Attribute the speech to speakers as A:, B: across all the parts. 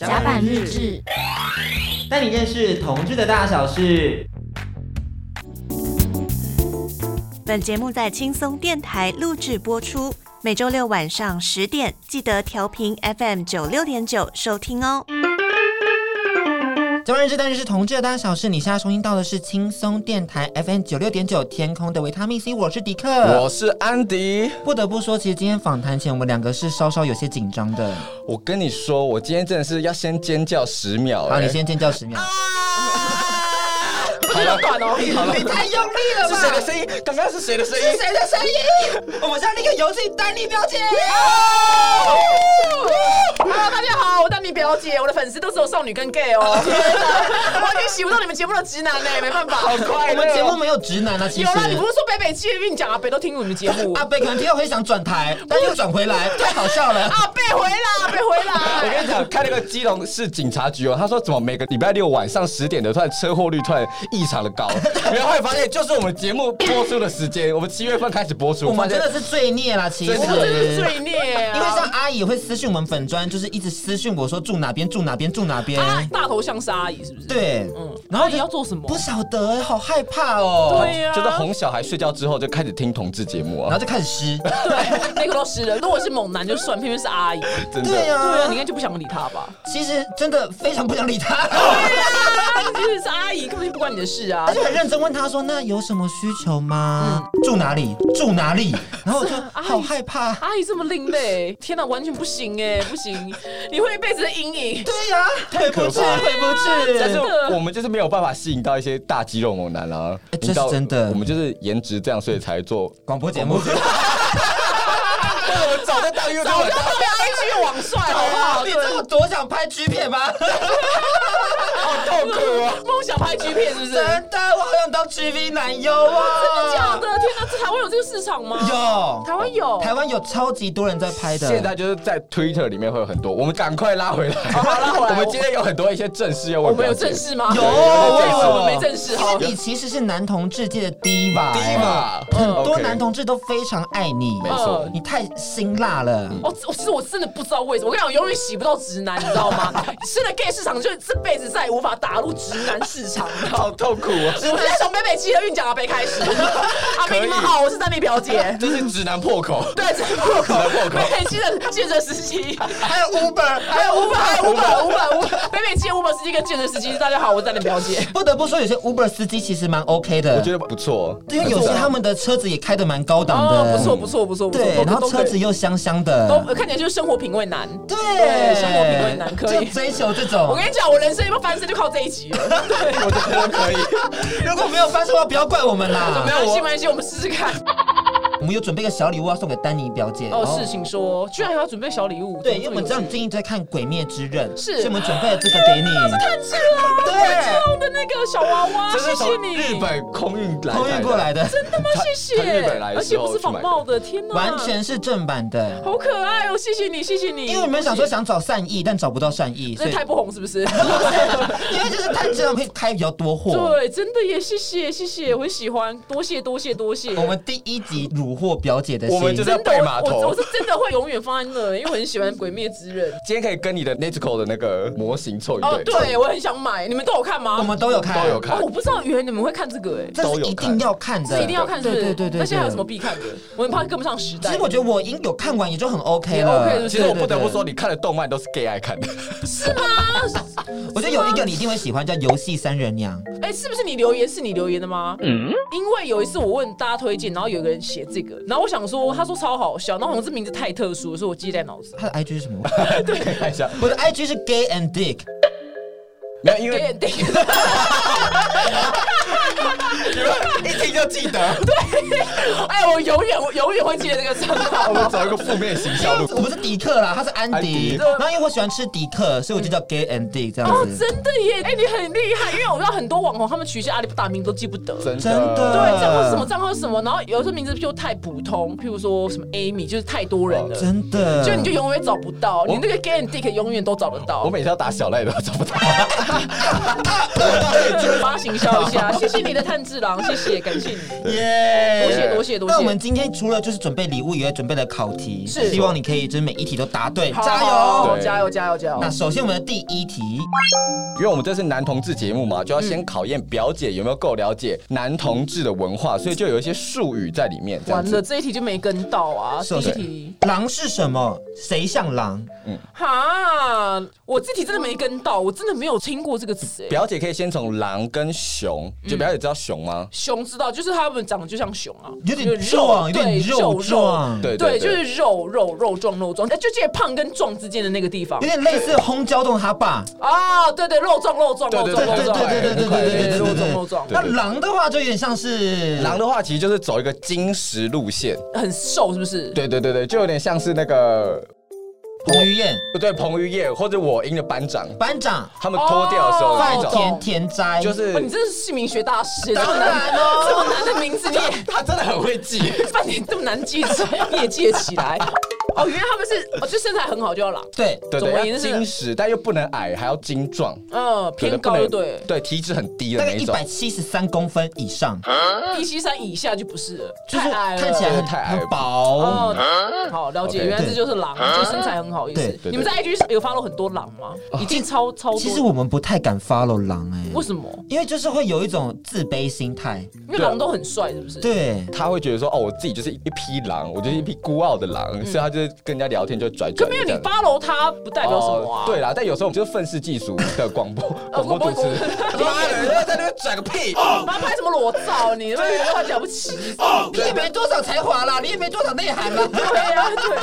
A: 甲板日志，
B: 带你认识同志的大小事。
C: 本节目在轻松电台录制播出，每周六晚上十点记得调频 FM 九六点九收听哦。
B: 甲板日志，带你认识同志的大小事。你现在收听到的是轻松电台 FM 九六点九天空的维他命 C，我是迪克。
D: 我是安迪。
B: 不得不说，其实今天访谈前我们两个是稍稍有些紧张的。
D: 我跟你说，我今天真的是要先尖叫十秒、欸。
B: 好，你先尖叫十秒。
E: 啊
D: 好了，断哦，好了。
B: 你太用力了
D: 是谁
B: 吧！
D: 的声音？刚刚是谁的声音？
B: 是谁的声音？我们像那个游戏丹尼表姐。
E: Hello，大家 好，我丹妮表姐，我的粉丝都只有少女跟 gay 哦，天哪，完全洗不到你们节目的直男呢、没办法，好快哦
B: 我们节目没有直男啊，其
E: 有
B: 实。
E: 啦，你不是说北北七月运奖啊，北都听你们节目，
B: 阿贝可能听到会想转台，但又转回 来，太好笑了。
E: 啊，北回来，北回
D: 我
E: 来，
D: 跟你讲，看那个基隆市警察局哦，他说怎么每个礼拜六晚上十点的，突然车祸率突然异常 的高，然后后来发现就是我们节目播出的时间，我们七月份开始播出，
B: 我们
D: 发现
B: 真的是罪孽啦，其实。
D: 真的
E: 我真的是罪孽啊，
B: 因为像阿姨会私讯我们粉砖，就是一直私讯我说住哪边住哪边住哪边。
E: 啊，大头像是阿姨是不是？，
B: 对，
E: 嗯，
B: 然后
A: 啊
E: 你
B: 就
E: 要做什么？
B: 不晓得，好害怕哦。
E: 对呀、
D: 就是哄小孩睡觉之后就开始听同志节目
B: 然后
D: 啊，
B: 就开始湿。哎
E: 对，那个都是人，如果是猛男就算，偏偏是阿姨，对
D: 真
B: 对
D: 的。
E: 啊，
B: 呀
E: 你应，该就不想理他 吧？
B: 其实真的非常不想理他，
E: 啊，就是是阿姨，根本就不关你的事啊
B: 而，且很认真问他说：“那有什么需求吗？住哪里？住哪里？”然后我就好害怕。
E: 阿姨这么另类，天哪，完全不行哎、不行，你会一辈子的阴影。
B: 对呀，回不去，
D: 可怕了
B: 回不去。
D: 但是
E: 真的
D: 我们就是没有办法吸引到一些大肌肉猛男啊，
B: 哎这
D: 你知道
B: 是真的
D: 我们就是颜值这样，所以才做。
B: 广播节目。
D: 我早在当 y o u t u b
E: 特别 IG 网帅，好不 好？
B: 你知道我多想拍 G 片吗？
D: 好痛苦啊！
E: 梦想拍 G 片是不是？
B: 真
E: 真
B: 的，我好想当 GV 男优啊！
E: 的假的？天哪，这台湾有这个市场吗？，
B: 有，
E: 台湾有。
B: 台湾有超级多人在拍的。
D: 现在就是在 Twitter 里面会有很多，我们赶快拉回来。
E: 拉回来
D: 我们今天有很多一些正事要问。
E: 我们有正。式吗？
B: 有，
E: 我以
D: 正
E: 为
D: 式
E: 我们没正式。好
B: 因，为你其实是男同志界的 diva，
D: 第一
B: 哎
D: 嘛，
B: 很多
D: OK
B: 男。同志都非常爱你，
D: 没错
E: 嗯，
B: 你太辛辣了。
E: 哦，我其实我真的不知道为什么，我跟你讲，我永远洗不到直男，你知道吗？吃了 gay 市场，就这辈子再也无法打入直男市场。
D: 好痛苦啊！
E: 我们从北北七的运奖阿北开始。阿北，你们好，我是丹妮 表姐。
D: 这是直男破口。
E: 对，这是破口
D: 破，口
E: 北北七的建设时期。
B: 还有 Uber，
E: 还有五百，还有五百，五百，五百。北美街五百司机跟健身司机，大家好，我是丹的表姐。
B: 不得不说，有些 Uber 司机其实蛮 OK 的，
D: 我觉得不错，哦
B: 因为有些他们的车子也开得蛮高档的，
E: 啊哦不错，不错，不错，不错。
B: 对，
E: 都
B: 然后
E: 都
B: 车子又香香的，
E: 都看起来就是生活品味男。
B: 对，
E: 生活品味男可以
B: 就追求这 种。
E: 我跟你讲，我人生要不要翻身就靠这一集了。 对，
D: 我觉得可以。
B: 如果没有翻车的话，不要怪我们啦
E: 没。关系，没关系，我们试试看。
B: 我们有准备个小礼物要送给丹妮表姐。
E: 哦，是，请说，居然还要准备小礼物。
B: 对，因为我们知
E: 这
B: 道
E: 样
B: 你最近在看《鬼灭之刃》，
E: 是啊
B: 所以我们准备了这个 给你。
E: 看起来，
B: 对
E: 对，弄的那个小娃 娃，
D: 这
E: 谢
D: 是从
E: 谢你，
D: 日本空运来，
B: 空运过来。的，
E: 真的啊吗？谢
D: 他
E: 谢
D: 日本来，的
E: 而
D: 时
E: 且
D: 候
E: 不是仿冒的，天哪，
B: 完全是正版的。
E: 好可爱哦，谢谢你，谢谢你。
B: 因为我们想说想找善意，但找不到善意，所
E: 那
B: 以
E: 太不红是 不是？
B: 因为就是看这样会开比较多货。
E: 对，真的耶，谢谢谢谢，我很喜欢，多谢多谢多谢。
B: 嗯我们第一集虏获表姐的心，
D: 我们就是
E: 真的，
D: 被码头
E: 我我我是真的会永远放在那，因为我很喜欢《鬼灭之刃》。
D: 今天可以跟你的 n e t c o 的那个模型凑一
E: 哦，
D: 对，
E: 对，我很想买，你们都有看吗？
B: 我们都有看，
D: 都有
E: 哦
D: 看，
E: 我。不知道，原来你们会看这个哎，
B: 这
D: 都
B: 是
D: 有
B: 一
D: 看
B: 定要看的，
E: 这一定要看是不是？
B: 对对对对。
E: 那现在还有什么？必看的？我很怕跟不上时
B: 其
E: 代
B: 实。我觉得我应有看完也就很 OK
E: 也
B: 了。
E: OK，
D: 其实我不得不
B: 对，
D: 说，你看的动漫都是 gay 爱 看的，
E: 是吗？
B: 对对我觉得有一个你一定会喜欢，叫《游戏三人娘》。
E: 哎，是不是你留言是你留言的吗？嗯。因为有一次我问大家推荐，然后有一个人写这个，然后我想说，他说超好笑，然后好像这名字太特殊了，所以我记在脑子。
B: 他的 IG 是什么？
D: 对，可以看一下。
B: 我的 IG 是 Gay and Dick，
D: 没有，因
E: 给
D: 为
E: 点订阅
D: 你们 一听就记得。
E: 哎，我永远我永远会记得这个账号
D: 我。们走一个负面形象路。
B: 我不是迪克啦，他是安
D: 安
B: 迪。
D: 迪
B: 然后因为我喜欢吃迪克，所以我就叫 Gay and Dick 这
E: 哦
B: 样，子。
E: 真的耶！哎、你很厉害，因为我知道很多网红他们取一些阿里不达名字都记不得。
D: 真的，
B: 真的
E: 对，账号是什么账号是什么，然后有时候名字就太普通，譬如说什么 Amy，就是太多人了，
B: 哦真的，
E: 就你就永远找不到，你那个 Gay and Dick 永远都找得到
D: 我。每次要打小赖都找不到，
E: 帮他行销一 下，谢谢你的炭治郎，谢谢，感谢你。
B: 耶！
E: 多谢多谢多谢
B: 那我们今天除了就是准备礼物，也有准备了考题，
E: 是
B: 希望你可以就是每一题都答对，
E: 好
B: 加
E: 好好
B: 油！
D: 对
E: 加油加油加油
B: 那！首先我们的第一题，
D: 因为我们这是男同志节目嘛，就要先考验表姐有没有够了解男同志的文化，所以就有一些术语在里面。这样
E: 完了，
D: 子，
E: 这一题就没跟到啊！第
B: 是
E: 一
B: 是
E: 题
B: 狼是什么？谁像狼？
E: 哈，我这题真的没跟到，我真的没有听过这个词、欸。
D: 表姐可以先从狼跟熊，
E: 嗯
D: 就表姐知道熊吗？
E: 熊知道，就是他们长得就像熊啊，
B: 有点
E: 就是
B: 壮，有
E: 对
B: 点肉壮，
D: 对对，
E: 对，就。是肉肉肉壮肉壮，哎，就介胖跟壮之间的那个地方
B: 有。点类似烘胶冻他爸。
E: 啊，对对，肉壮肉壮肉
D: 对
E: 壮肉
D: 对
E: 壮，
D: 对对对对对
E: 肉壮肉壮，
B: 那狼的话就有点像是
D: 狼的话，其实就是走一个金石路线，
E: 很瘦是不是？
D: 对对对对，就有点像是那个
B: 彭于晏
D: 不对彭于晏或者我英的班长，
B: 班长
D: 他们脱掉的时候
E: 哦
D: 那
B: 范
D: 一
E: 懂
D: 种，
B: 田田斋，
D: 就
E: 哦，你
D: 是
E: 真是姓名学大师，这么
B: 当然
E: 难
B: 哦
E: 这么难的名字你也
D: 他真的很会记。
E: 半点这么难记住，你也记得 起来？哦，原来他们是，哦，就身材很好就要狼，
B: 对
D: 对
E: 总而
D: 对，
E: 言
D: 要
E: 之
D: 精实，但又不能矮，还要精壮，
E: 嗯，偏高就
D: 不能
E: 对了，
D: 对，体脂很低的
B: 大
D: 那
B: 概
D: 一
B: 一
D: 种
B: 百。七十三公分以上，
E: 一七三以下就不是了，
B: 就是
E: 太矮了，
B: 看起来很
D: 太矮了
B: 很薄。
E: 哦，好了解，
D: OK 啊
E: 原来这就是狼，就身材很好意
B: 对
E: 思
B: 对。
D: 对哦
E: 你们在 IG 有 follow 很多狼吗？已经超超多。
B: 其实我们不太敢 follow 狼哎，
E: 为什么？
B: 因为就是会有一种自卑心态，
E: 因
D: 啊
E: 为狼都很帅，是不是？
B: 对，
D: 他会觉得说，哦，我自己就是一匹狼，我就是一匹孤傲的狼，所以他就是跟人家聊天就拽拽
E: 嗯可
D: 的
E: 没
D: 这
E: 有
D: 样子。
E: 你 follow 他，不代表什么
D: 哦
E: 啊？
D: 对啦，但有时候我们就是愤世嫉俗的广 播
E: 呃
D: 广播主持人
E: 广，哦
D: 妈的，在那边拽个屁！
E: 他拍什么裸照？你他
D: 啊
E: 妈话讲不起。啊
B: 你也没多少才华啦， 你也没多少内涵啦，
E: 对啊， 对，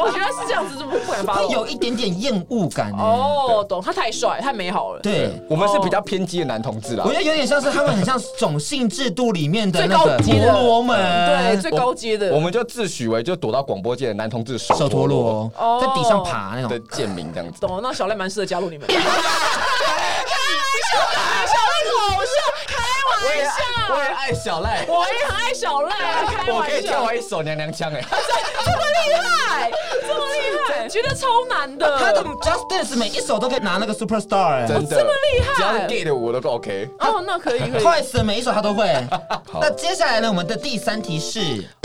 E: 我觉得是这样子，怎么不敢
B: 会
E: follow？
B: 有一点点厌恶感
D: 嗯
B: 哦。
E: 哦，懂，他太帅，太美好了。，
B: 对，
D: 我们是比较偏激的男同志啦
B: 我觉。得有点像是他们很像种姓制度里面的
E: 最
B: 那
E: 高
B: 个
E: 级
B: 婆
E: 的嗯
B: 罗门，
E: 对，最高阶
D: 啊我
E: 的。
D: 们就自诩为就躲到广播界的男同志手
B: 手陀
D: 陀
B: 螺
D: 螺
E: 哦
B: 在底上爬那
D: 的
B: 种。
D: 贱民这样 子。
E: 懂，那小赖蛮适合加入 你们。小赖，小赖好笑，开玩笑。
D: 我也爱小赖，
E: 我也很爱小赖，啊开
D: 我可
E: 玩
D: 以跳
E: 笑，
D: 完一首娘娘腔哎。
E: 这么厉 害，这么厉害，觉得超难的，
D: 啊
B: 他的 Just Dance 每一首都可以拿那个 Superstar，哎
D: 真的
E: 哦这么厉害
D: 只要是 gay 的我都 OK。
E: 哦，那可以可以，
B: ，Twice 的每一首他都 会。那接下来呢，我们的第三题是，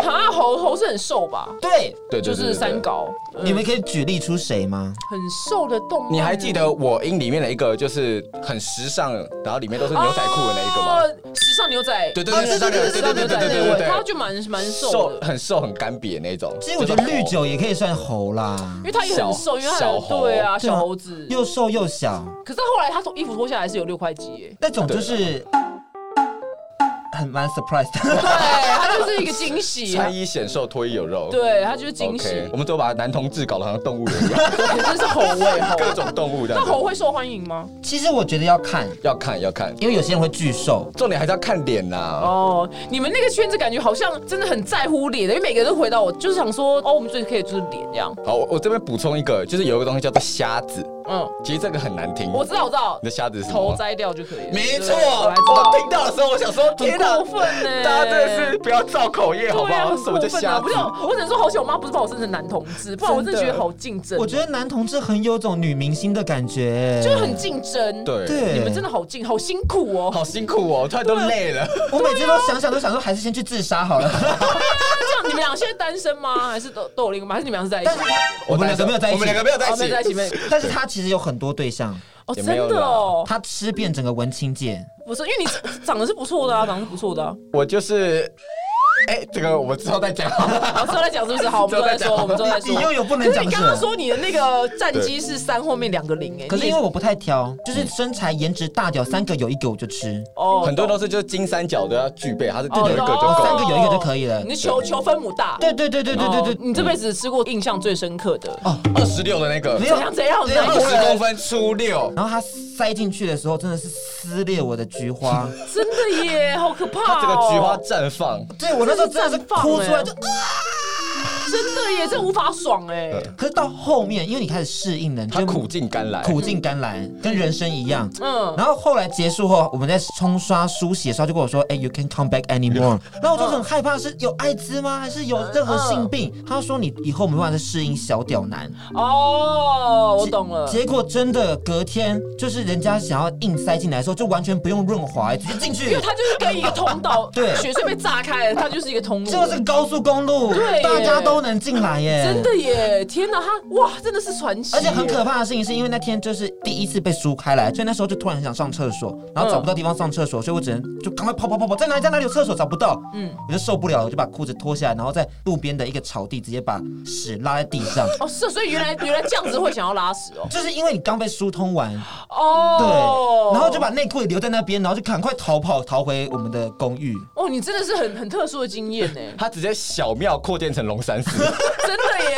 E: 啊，猴猴是很瘦吧？
B: 对，
D: 对，对
E: 就
D: 对对
E: 是
D: 对
E: 三高，嗯
B: 你们可以举例出谁吗？
E: 很瘦的动漫，
D: 你还记得我音里面的一个就是很时尚，然后里面都是牛仔裤的那一个吗？
E: 哦？时尚牛仔，
D: 对对
B: 哦
D: 对时尚牛
E: 时
D: 对
E: 尚
D: 对
E: 牛
D: 对
E: 仔
D: 对对
E: 那
D: 对
E: 位
D: 对对，
E: 他就蛮蛮瘦
D: 瘦
E: 的。
D: 很瘦很干瘪那种。
B: 其实我觉得绿酒也可以算猴啦
E: 因，为他也很
D: 小
E: 瘦，因为他
D: 小
E: 的
D: 猴
E: 对啊，
B: 对啊
E: 小猴子。
B: 又瘦又小，，
E: 可是后来他从衣服脱下来是有六块肌耶
B: 那种就是很蛮 surprise
E: 对，
B: 的。
E: 他就是一个惊 喜，
D: 穿衣显瘦，脱衣有肉。
E: 对他就是惊喜，
D: OK，我们都把男同志搞得好像动物一样，
E: 可是是猴味猴。
D: 各种动物这
E: 那
D: 样子。
E: 猴会受欢迎吗？
B: 其实我觉得要看，
D: 要看要看，
B: 因为有些人会巨瘦，
D: 重点还是要看脸呐。
E: 哦，你们那个圈子感觉好像真的很在乎脸的，因为每个人都回答我，就是想说，哦，我们最可以就是脸这样。
D: 好，我我这边补充一个，就是有一个东西叫做瞎子，
E: 嗯，
D: 其实这个很难听。
E: 我知道，我知道
D: 你的，瞎子是什么
E: 头
D: 吗？
E: 摘掉就可以了。
D: 没错，
E: 对我还知道
D: 我。听到的时候，我想说，天哪
E: 很，过分呢、
D: 大家真的是不要造口业好不
E: 对啊，
D: 好？
E: 很
D: 什
E: 过
D: 么叫
E: 分啊！
D: 瞎
E: 不
D: 子
E: 是，？我只能说好险，我妈不是把我生成男同志，不然我真的觉
D: 真的
E: 得好竞争。
B: 我觉得男同志很有种女明星的感觉，
E: 就是很竞争。，
D: 对
B: 对
E: 你们真的好竞，好辛苦哦。
D: 好辛苦哦，突然
E: 啊
D: 都累了。
B: 我每次都想想都想说，还是先去自杀好了。
E: 那这样你们俩现在单身吗？还是都都有另一半？还是你们俩是在一起
B: 但？是我们两个没有在一
D: 我们
B: 起
D: 两，个没有在
E: 哦
D: 一
E: 没
D: 起，
E: 有在一起，没有
B: 但是他其实有很多对象，
E: 哦，
D: 也
E: 真
D: 没有
E: 的哦，
B: 他吃遍整个文青界。
E: 不是因为你长得是不错的啊，长得是不错的啊。
D: 我就是，哎、这个我们之后再讲。
E: 好，之后再讲是不 是？好，我们之后再说，我们之后再
B: 你
E: 说。
B: 又有不能
E: 可是
B: 讲
E: 你刚刚
B: 是。
E: 说你的那个战机是三后面两个零哎，
B: 可是
E: 你
B: 因为我不太挑，就是身材、颜值、大屌三个有一个我就吃，
E: 哦
D: 很多
E: 懂
D: 都是就是金三角都要具备，它是就
E: 哦
D: 有一个就
E: 懂
B: 三
D: 够
B: 个有
D: 了。
B: 一个就可以了
E: 你。求求分母大，
B: 对对对对对对
E: 哦
B: 对，
E: 你这辈子吃过印象最深刻的
D: 二十六的那个
B: 没，有
E: 怎样怎样怎
B: 对
E: 样
B: 啊
D: 二十公分初六，
B: 然后他塞进去的时候，真的是撕裂我的菊 花。
E: 真的耶，好可怕、哦！
D: 它这个菊花绽放，
B: 呃对我那时候真的是哭出来，就
E: 真的耶，这无法爽哎、
B: 可是到后面，因为你开始适应了，你
D: 他
B: 就
D: 苦尽甘来，
B: 苦尽甘来，跟人生一样。
E: 嗯，
B: 然后后来结束后，我们在冲刷书写的时候，就跟我说：“哎、y o u can come back anymore。”然后我就很害怕，是有艾滋吗？还是有任何性病？
E: 嗯
B: 他说：“你以后没办法再适应小屌男。
E: 哦，我懂了。
B: 结果真的隔天，就是人家想要硬塞进来的时候，就完全不用润滑、直接进
E: 因
B: 去
E: 为。它就是跟一个通道，
B: 对
E: 雪穗被炸开了，它就是一个通路。
B: 这个是高速公路，
E: 对耶
B: 大家都能进来耶。
E: 真的耶！天哪，他哇，真的是传奇耶，
B: 而且很可怕的事情是因为那天就是第一次被梳开来，所以那时候就突然很想上厕所，然后找不到地方上厕所，所以我只能就赶快跑跑跑跑，在哪里在哪里有厕所找不到，嗯，我就受不了了，我就把裤子脱下来，然后在路边的一个草地直接把屎拉在地 上，
E: 哦，是，所以原来原来这样子会想要拉屎哦，
B: 就是因为你刚被疏通完，对，
E: 哦，
B: 然后就把内裤也留在那边，然后就赶快逃跑逃回我们的公寓，
E: 哦，你真的是很很特殊的经验呢，
D: 他直接小庙扩建成龙山寺，
E: 真的耶，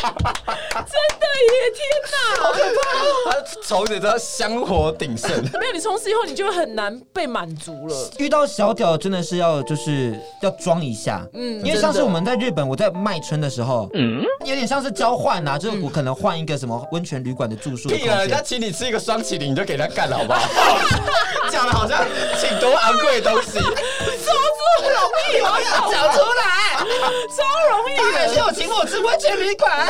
E: 真的耶，天哪，好可怕！
D: 他从此之后香火鼎盛。
E: 没有你从此以后你就会很难被满足 了，
B: 遇到小屌真的是要就是要装一下，嗯，因为上次我们在日本，我在卖春的时候，嗯，有点像是交换啊，就是我可能换一个什么温泉旅馆的住宿的空
D: 屁了，人家
B: 间。
D: 请你吃一个双麒麟，你就给他干了，好不好？ 讲的好像请多昂贵的东西，
E: 不容易， 我要讲出来， 超容易
B: 他还是
E: 的。
B: 有请我吃温泉旅馆，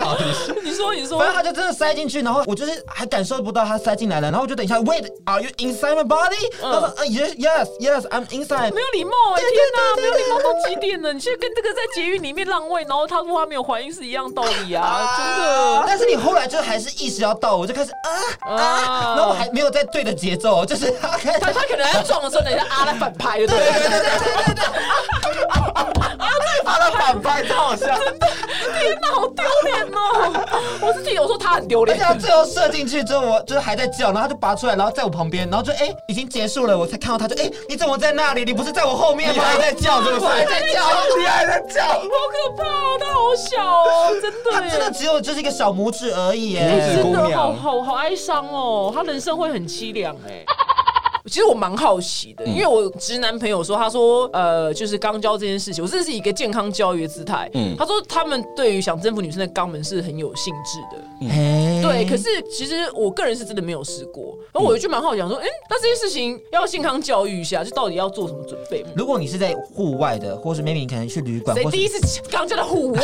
D: 好意思。
E: 你说，你说
B: 反，正他就真的塞进去，然后我就是还感受不到他塞进来了，然后我就等一下，Wait，Are you inside my body？他说，啊，Yes，Yes，Yes，I'm inside
E: 没。有礼貌哎、
B: 对
E: 天哪，
B: 对对
E: 没有礼貌到极点了！你现在跟这个在捷运里面浪位，然后他说他没有还应是一样道理啊，真的。
B: 但是你后来就还是意识要到，我就开始啊
E: 啊
B: 啊，然后我还没有在对的节奏，就是他开始
E: 他他可能在撞的时候，等一下啊来反拍，对不对？
D: 他的反派太好笑，
E: 天哪，好丢脸哦！我是替我说他很丢
B: 而
E: 脸
B: 且，他最后射进去之后，我就是还在叫，然后他就拔出来，然后在我旁边，然后就哎、已经结束了，我才看到他就哎、你怎么在那里？你不是在我后面
D: 你
B: 吗？
D: 还在叫是不
B: 我还
D: 是？
B: 在叫。
D: 你还在叫？
E: 好可怕哦！他好小哦，真
B: 他
E: 的
B: 真的
E: 耶，
B: 只有就是一个小拇指而已
D: 拇指
B: 耶，
E: 真
D: 姑
E: 的
D: 娘
E: 好好好哀伤哦，他人生会很凄凉哎。 其实我蛮好奇的，因为我直男朋友说，他说，呃，就是肛交这件事情，我这是一个健康教育的姿态。
D: 嗯
E: 他说他们对于想征服女生的肛门是很有兴致的。
B: 哎，
E: 对，可是其实我个人是真的没有试过，然后我就蛮好奇，想说，嗯，那这件事情要健康教育一下，就到底要做什么准备？
B: 如果你是在户外的，或是 maybe 你可能去旅馆，
E: 谁
B: 或是啊
E: 第一次刚叫的户 外？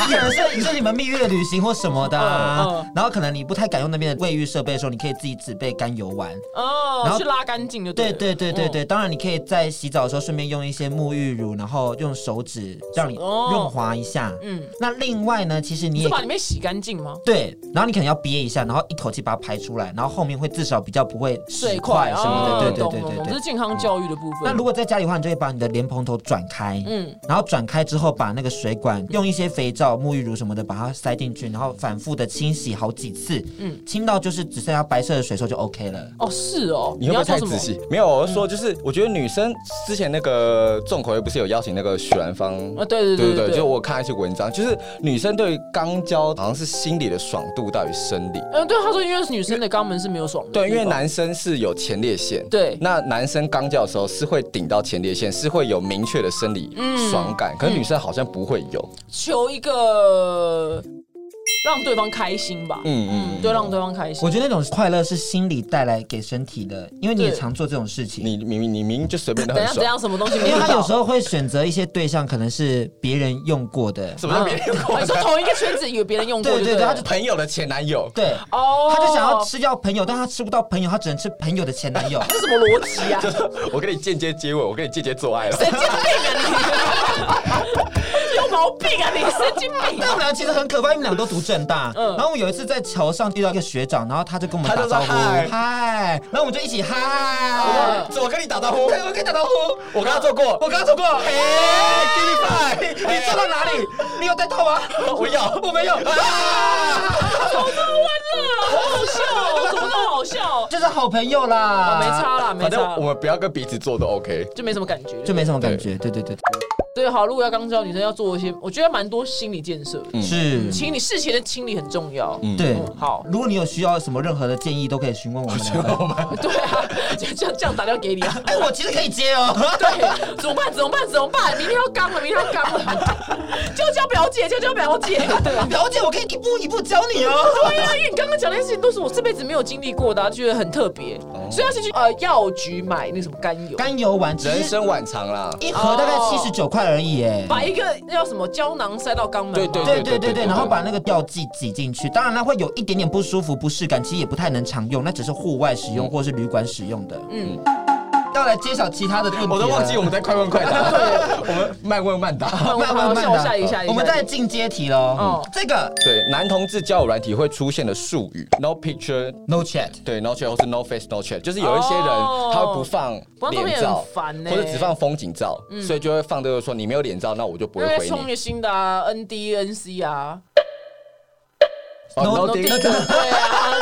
B: 可能是是你们蜜月的旅行或什么的、啊
E: 嗯嗯
B: 然后可能你不太敢用那边的卫浴设备的时候，你可以自己只备甘油丸。然
E: 哦，
B: 后
E: 去拉干净就
B: 对
E: 了嗯
B: 对对对对，当然你可以在洗澡的时候顺便用一些沐浴乳，然后用手指让你
E: 哦
B: 润滑一下。
E: 嗯
B: 嗯，那另外呢，其实你
E: 嗯，是
B: 也
E: 把里面洗干净吗？
B: 对，然后你可能要憋一下，然后一口气把它排出来，然后后面会至少比较不会
E: 水
B: 水
E: 块
B: 块什么的。
E: 哦
B: 对对
E: 懂
B: 对
E: 懂
B: 对
E: 懂，
B: 对
E: 这是。健康教育的部分。
B: 那如果在家里的话，你就会把你的莲蓬头转开，
E: 嗯
B: 嗯，然后转开之后，把那个水管用一些肥皂、沐浴乳什么的把它塞进去，然后反复的清洗好几次，嗯，清到就是只剩下白色的水的时候就 OK 了。
E: 哦是哦，
D: 你会不会
E: 要
D: 太
E: 做什么
D: 仔？细？没有，我是说就是，我觉得女生之前那个重口味不是有邀请那个许兰芳
E: 啊对对对对对
D: 就我看一些文章，就是女生对于肛交好像是心理的爽度大于生理。
E: 嗯，对，他说因为女生的肛门是没有爽的地方，
D: 对，因为男生是有前列腺，
E: 哦对
D: 那男生刚叫的时候是会顶到前列腺，是会有明确的生理
E: 嗯
D: 爽感，可是女生好像不会有，
E: 求一个让对方开心吧，
D: 嗯
E: 嗯，
D: 嗯，
E: 对，让对方开心
B: 我。觉得那种快乐是心理带来给身体的，因为你也
E: 对
B: 常做这种事情。
D: 你明明你明明就随便都
E: 等
D: 很
E: 一下等一
D: 爽，
E: 下，什么东西
B: 因
E: 没
B: 为
E: 有
B: 他有时
E: 候。
B: 候会选择一些对象，可能是别人用过的，
D: 什么叫别人用过
E: 哦你说同一个圈子有别人用过，
B: 对对
E: 对了
B: 对他就
D: 朋友的前男友，
B: 对，
E: 哦，
B: 他就想要吃掉朋友，但他吃不到朋友，他只能吃朋友的前 男友。
E: 这什么逻辑啊？
D: 就是我跟你间接接吻，我跟你间接做爱了。
E: 神经病啊你！ 有毛病啊你！神经病！
B: 但我们俩其实很可怕，因为我们俩都读正大。
E: 嗯
B: 然后我们有一次在桥上遇到一个学长，然后他就跟我们
D: 他
B: 打
D: 就
B: 招呼，
D: 说嗨
B: 嗨，然后我们就一起嗨。
D: 我我跟你打招呼，我跟你打招呼，我跟他做过，我跟他做 过，嘿，give me five，
B: 你坐到哪里？你有带套 吗？
D: 我有，我没有，啊
E: 好好笑哦，怎么那么好笑？
B: 就是好朋友啦，
E: 没差啦，没
D: 反正
E: 差
D: 我，们不要跟彼此做都 OK。
E: 就没什么感觉。
B: 就没什么感觉。对对对。
E: 对，好，如果要刚交女生要做一些，我觉得蛮多心理建设的，
D: 嗯
B: 是，
E: 清理事前的清理很重要。
D: 嗯
B: 对。
E: 嗯，好，
B: 如果你有需要什么任何的建议，都可以询问我们两个。
E: 对啊，这样这样这样打电话给你啊。
B: 哎，我其实可以接哦。
E: 对，怎么办？怎么办？怎么办？明天要刚了，明天要刚了， 就叫表姐，就叫表姐。对啊，
B: 表姐，我可以一步一步教你哦。
E: 因为你刚刚讲那些事情都是我这辈子没有经历过的、啊，觉得很特别，
D: 哦
E: 所以要先去呃药局买那什么甘油，
B: 甘油丸，其
D: 人
B: 实
D: 生啊晚长啦，
B: 一盒大概七十九块而已耶。
E: 把一个那叫什么胶囊塞到肛门吗。
D: 对对
B: 对对对对，然后把那个药剂挤进去，当然它会有一点点不舒服、不适感，其实也不太能常用，那只是户外使用或是旅馆使用的。
E: 嗯
B: 嗯，要来揭晓其他的问题了，
D: 我都忘记我们在快问快 答，我们慢问慢答。
E: 慢慢
B: 慢
E: 慢
B: 慢
E: 慢
B: 慢
E: 下
B: 的，
E: 下一下，
B: 我们
E: 再
B: 再进阶题喽。
E: 哦
B: 嗯，这个
D: 对，男同志交友软体会出现的术语，no picture，
B: no chat，
D: 对，no chat 或是 no face no chat，就是有一些人
E: 哦
D: 他会不放
E: 不放照片
D: 脸
E: 很
D: 照，
E: 烦欸
D: 或者只放风景照，所以就会放这个说你没有脸照，那我就不
E: 因
D: 会
E: 为
D: 回
E: 送一
D: 你。
E: 个新的啊，N D N C 啊，
D: 哦
B: No-
D: no
E: No
D: dick
E: dick，对啊，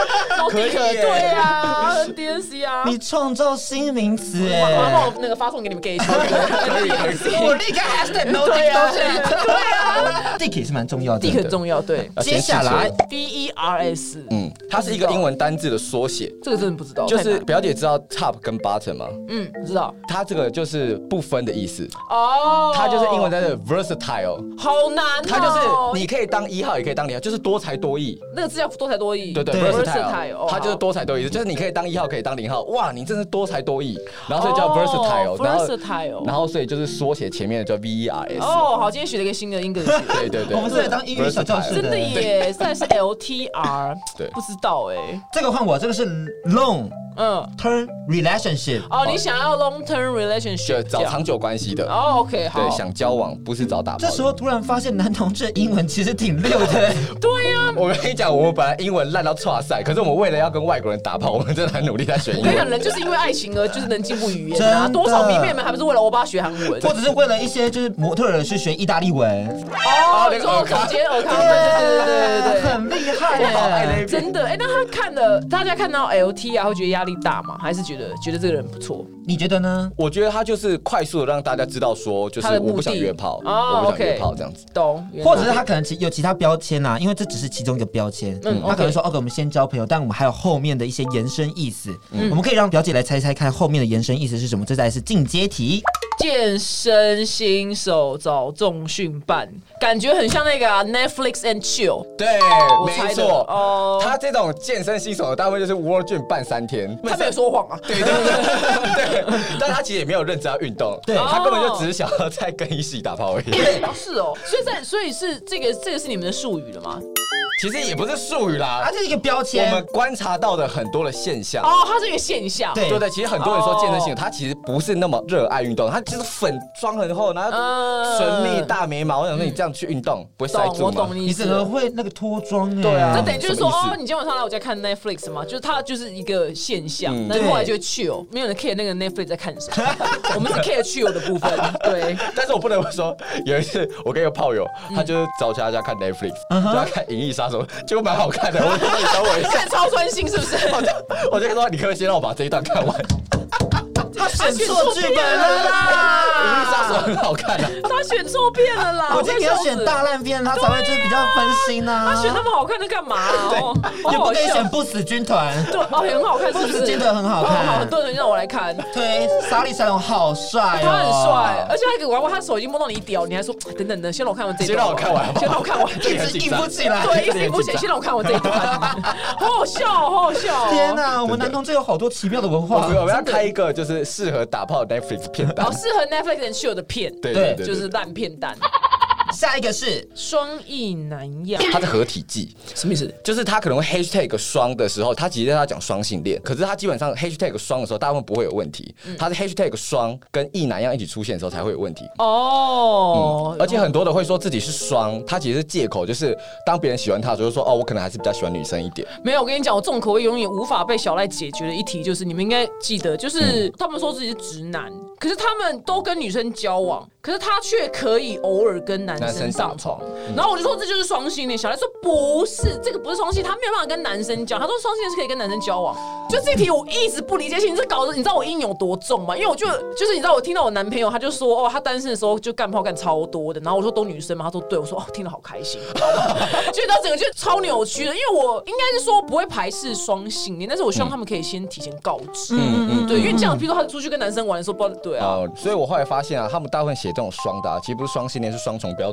D: 可以耶
E: 对啊，N D N C 啊，
B: 你创造新名词
E: 麻麻烦我
B: 哎。
E: 那个发送给你们 gay
D: 可以可以
B: 我立刻 hashtag no dick
E: 啊
B: no chat，对啊，dick 也是蛮重要的。
E: ，dick 很重要，对
D: 要
B: 接
D: 先
B: 下来
D: 记住
E: ，D E R S，
D: 嗯，它是一个英文单字的缩写，
E: 这个真的不知道，
D: 就
E: 太
D: 是
E: 难
D: 表姐知道 top 跟 bottom 吗？
E: 嗯，知道
D: 它这个就是不分的意思，
E: 哦，
D: 它就是英文单字 versatile，
E: 好难哦，
D: 它就是你可以当一号，也可以当零号，就是多才多艺。
E: 那个字叫多才多艺，
D: 对对
B: 对
E: 哦
D: versatile，它就是。多才多艺，就是你可以当一号，可以当零号，哇，你真是多才多艺，然后所以叫 versatile，然后
E: 哦 versatile
D: 然后所以就是缩写前面的叫 V E R S，
E: 哦，好，今天学了一个新的 英格字，
D: 对对对，
B: 我们是来当英语小教室
D: versatile
E: 真的耶，现在是 L T R，
D: 对
E: 不知道哎，
B: 这个换我，这个是 long
E: 嗯，
B: term relationship。
E: 哦，你想要 long term relationship，
D: 就
E: 这
D: 找
E: 样
D: 长久关系的，
E: 哦，OK，好
D: 对，，想交往不是找打炮的。
B: 这时候突然发现男同志英文其实挺溜的，
E: 对啊呀，
D: 我跟你讲，我们本来英文烂到差赛，可是我们为了要跟外国人打炮，我们真的很努力在学英
E: 我跟你讲，
D: 文。
E: 人就是因为爱情而就是能进步语言啊，
B: 真的
E: 多少迷妹们还不是为了欧巴学韩文？
B: 或者是为了一些就是模特儿去学意大利文，
D: 啊
E: 哦，你说总结尔康，对对对对对对。
B: 很厉害耶。
E: 真的，哎、那他看了，大家看到 LT 啊，会觉得压力大吗？还是觉得觉得这个人不错？
B: 你觉得呢？
D: 我觉得他就是快速的让大家知道说，就是
E: 他的目的
D: 我不想约炮，
E: 哦
D: 我不想
E: OK
D: 约炮这样子。
E: 懂？
B: 或者是他可能其有其他标签呐、因为这只是其中一个标签。
E: 嗯
B: 他可
E: OK
B: 能说，OK，我们哦先交朋友，但我们还有后面的一些延伸意思。
E: 嗯
B: 我们可以让表姐来猜猜看后面的延伸意思是什么，这才是进阶题。
E: 健身新手找重训办，感觉很像那个、啊、Netflix and Chill，
D: 对，
E: 我哦猜
D: 没
E: 的
D: 错。
E: 哦
D: 他这种健身新手的大部分就是 World Gym 办三 天，
E: 他没有说谎啊。
D: 对对对对，但他其实也没有认真要运动，
B: 对
D: 他根本就只是想要在更衣室里打炮而已。
E: 哦是哦，所以在所以是这个这个是你们的术语了吗？
D: 其实也不是术语啦
B: 它、，啊
E: 啊
B: 就是一个标
D: 我
B: 签
D: 们。观察到的很多的现象。
E: 哦，它是一个现象。
B: 对
D: 对对，其实很多人说健身性
E: 哦
D: 手，他其实不是那么热爱运动，他就是粉妆很厚，然
E: 嗯
D: 后唇蜜大眉毛，我想说你这样去运动不会塞
E: 懂，
D: 住
E: 我
D: 吗
E: 懂？你意
B: 你
E: 思
B: 怎么
E: 了。
B: 会那个脱妆哎、
D: 对啊
E: 那
D: 这
E: 等于就是说，
D: 什么意
E: 哦
D: 思，
E: 你今天晚上来我家看 Netflix 吗？就是它就是一个现象，
D: 嗯
E: 那、后来就去哦，没有人 care 那个 Netflix 在看什么， 我们是 care 去哦的部分， 对。
D: 但是我不能说，有一次我跟一个炮友，
E: 嗯
D: 他就是找其他家看 Netflix，就要看《银翼杀手》，结果蛮好看的，我就说你等我一下
E: 看，超专心是不是？
D: 哦我就跟他说你可不可以先让我把这一段看完，《
B: 他选错剧本了
D: 银
B: 啦！
D: 翼杀手》很好看啊。
E: 他选错片了啦！
B: 我觉得你要选大啊烂片，他才会就是比较分心呐、
E: 他选那么好看的干嘛、哦，
B: 也
E: 好
B: 不
E: 好
B: 可以
E: 笑
B: 选不死军团。
E: 对哦，很好看是
B: 不
E: 不是？
B: 是真的很好看
E: 哦好，很多人让我来看。
B: 对，莎莉·塞隆好帅、哦，
E: 他很帅，而且他给娃娃，他手已经摸到你屌，你还说等等等，先让我看完这一
D: 先
E: 段。
D: 让我看完好不好
E: 先让我看完。
D: 这个很
B: 一直
D: 紧
B: 硬
D: 张
B: 不起来。
E: 对，一直不写，先让我看我这一段，好好笑哦，好好笑哦！
B: 天哪、我们男同志有好多奇妙的文
E: 啊
D: 我
B: 化
D: 们。我们要开一个就是适合打炮的 Netflix 片单
E: 好，适合 Netflix and Chill 的片，
D: 对
B: 对
D: 对
E: 啊就
D: 对，
E: 是烂片蛋，
B: 下一个是
E: 双翼难养，
D: 它是合体技，
E: 什么意思？
D: 就是他可能会 hashtag 双的时候，他其实他讲双性恋，可是他基本上 hashtag 双的时候，大部分不会有问题。
E: 嗯
D: 他是 hashtag 双跟异男样一起出现的时候才会有问题。
E: 哦，
D: 嗯而且很多的会说自己是双，他其实是借口，就是当别人喜欢他的时候，就说哦，我可能还是比较喜欢女生一点。
E: 没有，我跟你讲，我重口味永远无法被小赖解决的一题，就是你们应该记得，就是、
D: 嗯
E: 他们说自己是直男，可是他们都跟女生交往，可是他却可以偶尔跟男
D: 男
E: 生
D: 生
E: 上
D: 上
E: 床
D: 床。
E: 然后我就说这就是双性恋，小赖说不是，这个不是双性，他没有办法跟男生交，他说双性恋是可以跟男生交往。就这题我一直不理解，而且你这搞得你知道我阴影有多重吗？因为我就就是你知道我听到我男朋友他就说哦，他单身的时候就干炮干超多的，然后我说都女生嘛，他说对，我说哦，听得好开心，就你知道整个就超扭曲的，因为我应该是说不会排斥双性恋，但是我希望他们可以先提前告知，
D: 嗯
E: 对，因为这样，譬如说他出去跟男生玩的时候，不知道对啊，
D: 哦，所以我后来发现啊，他们大部分写这种双的、啊，其实不是双性恋，是双重标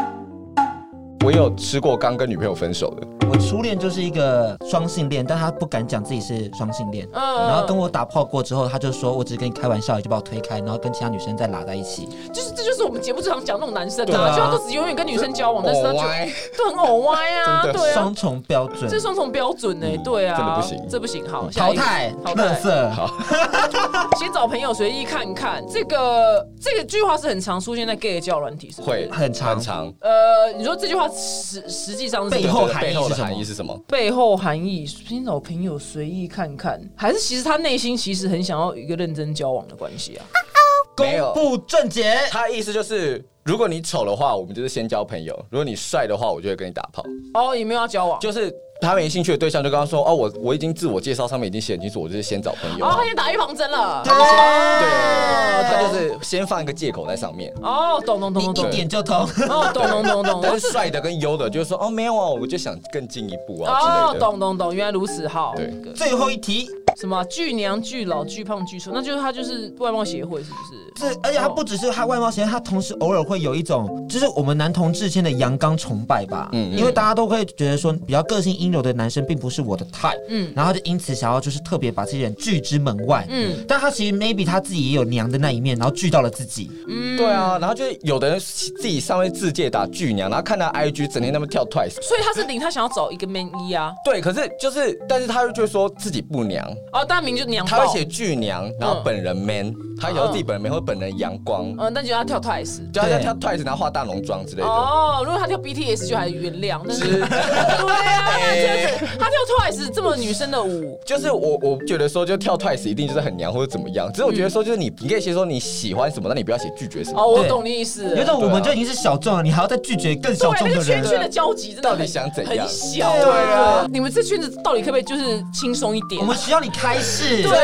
D: 我有吃过刚跟女朋友分手的，
B: 我初恋就是一个双性恋，但他不敢讲自己是双性恋。
E: 嗯
B: 然后跟我打炮过之后，他就说我只是跟你开玩笑，也就把我推开，然后跟其他女生再拉在一起。
E: 就是这就是我们节目最常讲那种男生
D: 对
E: 啊，
D: 啊
E: 就他都只永远跟女生交往，但是他
D: 哦
E: 就
D: 歪
E: 都很偶歪啊，
D: 真的嗯
E: 对啊
B: 双。重标准
E: 这，是双重标准呢、对啊，
D: 真的不行嗯
E: 这不行，好，下
B: 淘
E: 一个
B: 汰，
E: 淘
B: 乐
E: 汰，
B: 色。
E: 先找朋友随意看看，这个这个句话是很常出现在 gay 的交友软体，是不是
D: 会
B: 很长
D: 很长。
E: 呃，你说这句话实实际上是
B: 背
E: 什么
B: 后
D: 对
B: 含义
D: 背后
B: 是
D: 的
B: 什么
D: 含义是什么？
E: 背后含义，先找朋友随意看看，还是其实他内心其实很想要一个认真交往的关系啊？
D: 没有
B: 公布正解，
D: 他的意思就是，如果你丑的话，我们就是先交朋友；如果你帅的话，我就会跟你打炮。
E: 哦，也没有要交往，
D: 就是他没兴趣的对象，就跟他说：“哦，我我已经自我介绍上面已经写很清楚，我就是先找朋友。
E: 哦，他已经打预防针了，
D: 对，
E: 对
D: 他就是先放一个借口在上面。
E: 哦，懂懂
B: 你
E: 懂
B: 一
E: 懂懂，
B: 点就通。
E: 哦，懂懂懂懂，
D: 但是帅的跟优的就是说：“哦，没有啊，我就想更进一步啊
E: 哦
D: 之，类的。”
E: 懂懂懂，原来如此，好，
D: 对
B: 最后一题，
E: 什么巨娘、巨老、巨胖、巨瘦，那就是他就是外貌协会，是不是？
B: 这而且他不只是他外貌协会，他同时偶尔会有一种，就是我们男同志间的阳刚崇拜吧。
D: 嗯嗯
B: 因为大家都会觉得说，比较个性阴柔的男生并不是我的 type。
E: 嗯
B: 然后就因此想要就是特别把这些人拒之门外。
E: 嗯
B: 但他其实 maybe 他自己也有娘的那一面，然后拒到了自己。
E: 嗯，
D: 对。啊，然后就是有的人自己上面自介打巨娘，然后看他 IG 整天那么跳 Twice。
E: 所以他是零，他想要找一个 man 一啊，
D: 对，可是就是，但是他就会说自己不娘，
E: 哦，大名就娘
D: 他
E: 爆，
D: 会写巨娘，然后本人 man，他有自己本人 man 或本人阳光，
E: 嗯，但觉得他跳 twice。
D: 就他在跳 Twice，然后化大浓妆之类的。
E: 哦，如果他跳 BTS 就还原谅，但是
D: 是
E: 对啊，这样子他跳 Twice 这么女生的舞，
D: 就是我，我觉得说，就跳 Twice 一定就是很娘或者怎么样。只是我觉得说，就是你，你可以先说你喜欢什么，但你不要写拒绝什么。
E: 嗯哦，我
B: 对
E: 懂你意思了，
B: 有种我
D: 对
B: 们
D: 啊
B: 就已经是小众了，你还要再拒绝更小众
E: 对，那
B: 的
E: 个圈
B: 人。
E: 圈的交集真的
D: 到
E: 很
D: 底想怎样
E: 很小啊，
D: 对啊
E: 你们这圈子到底可不可以就是轻松一点？
B: 我们需要你开始。
E: 对，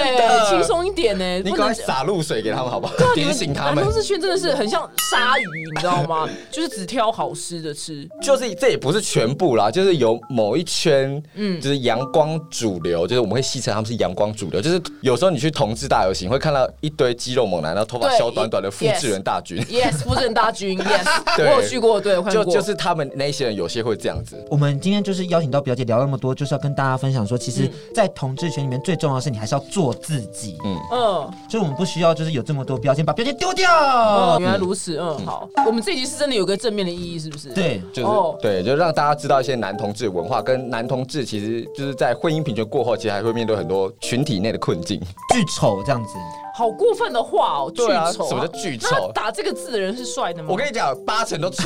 E: 轻松一点呢，
D: 你
E: 不
D: 赶快
E: 能。
D: 洒露水给他们好不好？
E: 对啊你
D: 点
E: 们
D: 醒他们
E: 男。同志圈真的是很像鲨鱼，你知 道吗？就是只挑好吃的吃。
D: 就是这也不是全部啦，就是有某一圈，
E: 嗯
D: 嗯，就是阳光主流，就是我们会戏称他们是阳光主流。就是有时候你去同志大游行，会看到一堆肌肉猛男，然后头发
E: 对
D: 削短短的复
E: yes
D: 制人大军，
E: Yes，不是 大军。Yes，我
D: 对
E: 有去过，对，我看
D: 就
E: 过。
D: 就是他们那些人有些会这样子。
B: 我们今天就是邀请到表姐聊那么多，就是要跟大家分享说，其实，在同志圈里面最重要的是你还是要做自己。
E: 嗯，
B: 就是我们不需要就是有这么多标签，把标签丢掉。
E: 哦，原来如此。嗯，好，我们这一集是真的有个正面的意义，是不是？
B: 对，
D: 就是、
E: 哦
D: 对，就让大家知道一些男同志文化，跟男同志其实就是在婚姻平权过后，其实还会面对很多群体内的困境。
B: 巨丑这样子，
E: 好过分的话哦，巨
D: 对啊
E: 丑。
D: 什么叫巨丑
E: 那他打这个字的人是帅的吗？
D: 我跟你讲，八成都丑，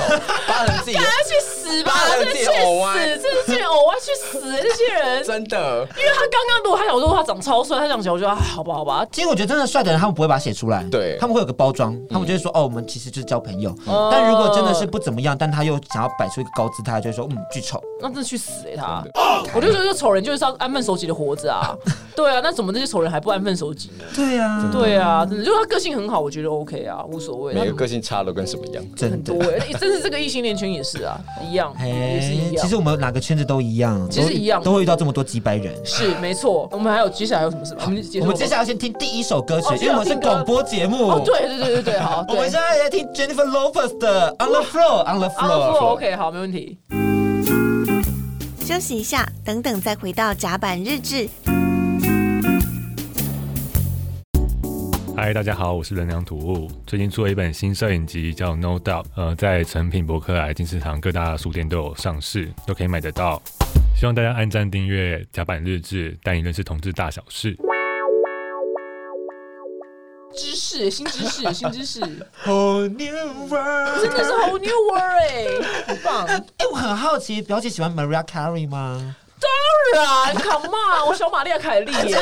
D: 八成自己
E: 大家去死吧！
D: 八
E: 真
D: 人
E: 的去
D: 自己偶啊歪，
E: 死，真的去偶歪去死！这些人
D: 真的。
E: 因为他刚刚如果他想说他长超帅，他想起来我就啊，好吧好吧，
B: 其实我觉得真的帅的人，他们不会把它写出来，
D: 对
B: 他们会有个包装，
E: 嗯
B: 他们就会说、哦，我们其实就是交朋友。
E: 哦
B: 但如果真的是不怎么样，但他又想要摆出一个高姿态，就会说嗯，巨丑。
E: 那真的去死 哎、他！我就觉得这丑人就是要安分守己的活着啊，对啊，那怎么这些丑人还不安分守己呢？
B: 对呀、啊，
E: 对啊，真的，就是他个性很好，我觉得 OK 啊，无所谓。
D: 每个
E: 他
D: 个性差的跟什么一样？
B: 真
E: 很
B: 的
E: 多。哎、欸，真是这个异性恋圈也是啊，一样，也是
B: 哎
E: 一，样
B: 其实。我们哪个圈子都一样，
E: 其实
B: 都
E: 一样
B: 都会遇到这么多几百人。
E: 是没错，我们还有接下来还有什么事吗？我们
B: 我们接下
E: 来
B: 来要先听第一首歌曲，
E: 哦
B: 因为我们是广播节目。
E: 哦，对对对对对，好，
B: 我们
E: 对啊
B: 现在来听 Jennifer Lopez 的 On the Floor，On the
E: ，on the
B: Floor。
E: floor，OK，好，没问题。
C: 休息一下，等等再回到甲板日志。
A: 嗨，大家好，我是人梁土物。最近出了一本新摄影集，叫《No Doubt》，呃，在诚品、博客来、金石堂各大书店都有上市，都可以买得到。希望大家按赞、订阅甲板日志，带你认识同志大小事。
E: 知识，新知识，新知识，真
B: Whole new world
E: 的是 whole new world 哎、很棒。
B: 哎、我很好奇，表姐喜欢 Maria Carey 吗？
E: 当然，Come on，我小玛丽亚凯莉耶，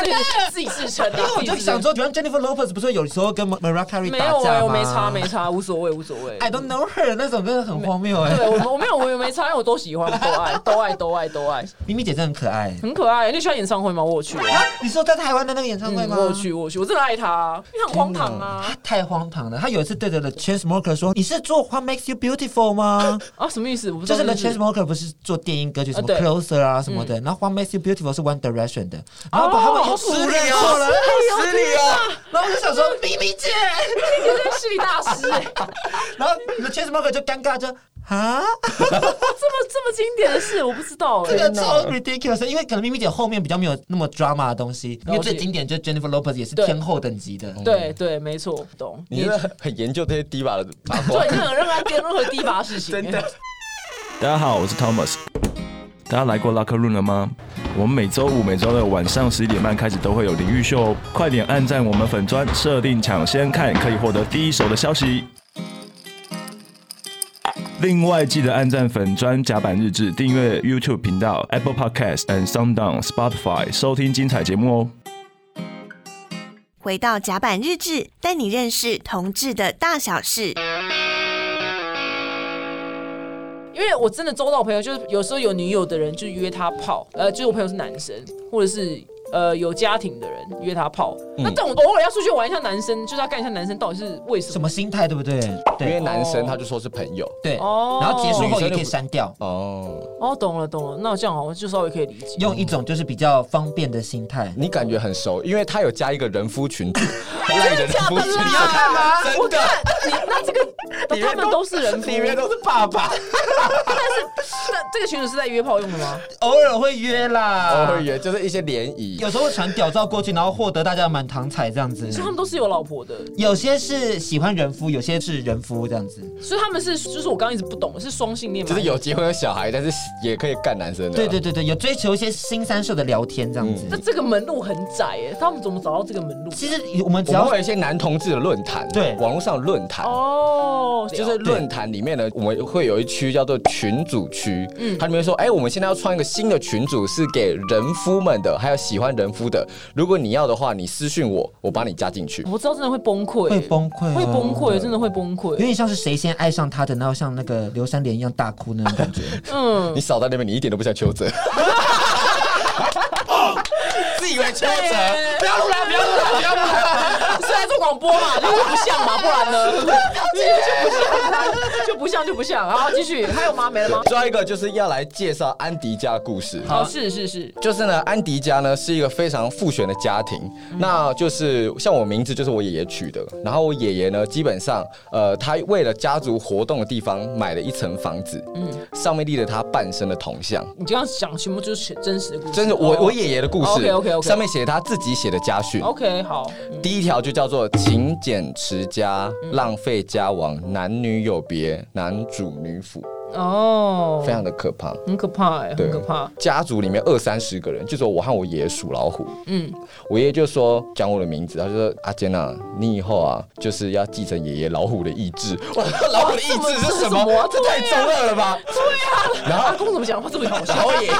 E: 自己自己自称的，
B: 因为我就想说，原来 Jennifer Lopez 不是有时候跟 Mariah Carey
E: 没
B: 打
E: 有哎、
B: 架吗？哎
E: 我没差没差，无所谓无所谓。
B: I don't know her 那首歌很荒谬哎、
E: 对我我没有我也没差，因为我都喜欢，都爱都爱都爱都爱，
B: 咪咪姐真的很可爱。啊
E: 很可爱。你喜欢演唱会吗？我有去，啊
B: 你说在台湾的那个演唱会
E: 嗯
B: 吗？
E: 我有去我有去，我真的爱他，啊因为他很荒唐
B: 他
E: 啊
B: 太荒唐了。他有一次对着 The Chainsmoker 说：“你是做 What Makes You Beautiful 吗
E: 啊什么意思？我？”不知
B: 就是
E: 道
B: The
E: 这 件事
B: Chainsmoker 不是做电音歌曲什么
E: 啊对
B: Closer 啊什么的，然后 What Makes You Beautiful 是 One Direction 的，然后把他们
E: 好啊
B: 用
E: 失礼
B: 误认
D: 哦
B: 错了，
E: 啊
D: 好失礼哦！
B: 啊然后我就想说咪咪姐，
E: 你真是势力大师哎、
B: 然后 The Chainsmoker 就尴尬就啊，
E: 这么这么经典的事，我不知道哎、
B: 这个超 ridiculous，因为可能咪咪姐后面比较没有那么 drama 的东西，因为
E: 了解
B: 最经典就是 Jennifer Lopez 也是
E: 对
B: 天后等级的，
E: 对对，没错，懂。
D: 你真的很研究这些低把的八卦
E: 对，，你很热爱任何第一把事情、
D: 真的。
F: 大家好，我是 Thomas。大家来过 Locker Room 了吗？我们每周五、每周六晚上十一点半开始都会有淋浴秀哦，快点按赞我们粉砖，设定抢先看，可以获得第一手的消息。另外，记得按赞粉砖甲板日志，订阅 YouTube 频道、Apple Podcast and Sound on Spotify，收听精彩节目哦。
C: 回到甲板日志，带你认识同志的大小事。
E: 因为我真的周到朋友，就是有时候有女友的人就约他泡，呃，就是我朋友是男生，或者是。呃，有家庭的人约他泡，
D: 嗯
E: 那这种偶尔要出去玩一下男生，就是要干一下男生到底是为什
B: 什
E: 么？
B: 么心态对不对？
D: 因为
B: 对
D: 男生他就说是朋友
B: 对，
E: 哦
B: 然后结束后也可以删掉。
D: 哦。
E: 哦，懂了懂了，那这样好，我就稍微可以理解。
B: 用一种就是比较方便的心态。
D: 你感觉很熟，因为他有加一个人夫群组，赖的人夫群组，
E: 真的假的啦
D: 真的，
E: 啊你那这个他们都是人 夫，
D: 里面都是爸爸，
E: 那这个群主是在约炮用的 吗？
B: 偶尔会约啦，
D: 我会员哦就是一些联谊，
B: 有时候会传屌照过去，然后获得大家的满堂彩这样子。
E: 所以他们都是有老婆的，
B: 有些是喜欢人夫，有些是人夫这样子。
E: 所以他们是就是我刚刚一直不懂，是双性恋吗？
D: 就是有结婚有小孩，但是也可以干男生的。
B: 对对对对，有追求一些新三社的聊天这样子。
E: 那这个门路很窄耶，他们怎么找到这个门路？
B: 其实我们只
D: 我们
B: 要
D: 会有一些男同志的论坛，
B: 对
D: 网络上的论坛。
E: 哦，
D: 就是论坛里面呢，我们会有一区叫做群组区，嗯，它里面说，哎、我们现在要创一个新的群组，是给人夫们的，还有喜欢人夫的。如果你要的话，你私讯我，我把你加进去。
E: 我知道真的会崩溃，
B: 会崩溃哦
E: 会崩溃，真的会崩
B: 有
E: 溃。
B: 点像是谁先爱上他的，然后像那个刘三连一样大哭那种感 觉。
E: 嗯，
D: 你少在那边，你一点都不像邱泽，自以为邱 泽，
E: 不要录了，不要录了，不要录了。虽然做广播嘛，就是不像嘛，不然呢？就不像，就不像，就不像。好，继续，还有吗？没了吗？
D: 最后一个就是要来介绍安迪家的故事。
E: 好，是是是，
D: 就是呢，安迪家呢是一个非常父权的家庭，
E: 嗯
D: 那就是像我名字就是我爷爷取的，然后我爷爷呢，基本上呃，他为了家族活动的地方买了一层房子，嗯，上面立了他半生的铜像，
E: 你刚刚讲全部就是真实的故事，
D: 真是我、
E: 哦
D: 我爷爷的故事、
E: OK，OK，OK
D: 上面写他自己写的家训。
E: OK 好，
D: 第一条就叫做勤俭持家，
E: 嗯
D: 浪费家亡，男女有别，男主女辅，
E: 哦，
D: 非常的可怕。
E: 很可怕哎，
D: 对
E: 很可怕。
D: 家族里面二三十个人，就说我和我爷爷属老虎。
E: 嗯，
D: 我爷爷就说讲我的名字，他就说阿坚啊，你以后啊就是要继承爷爷老虎的意 志。哇，老虎的意志是什么？
E: 哇
D: 这
E: 这是什么
D: 太中二了吧！对啊。然
E: 阿
D: 后，
E: 公怎么讲话这么搞
D: 然
E: 笑？
D: 后我爷爷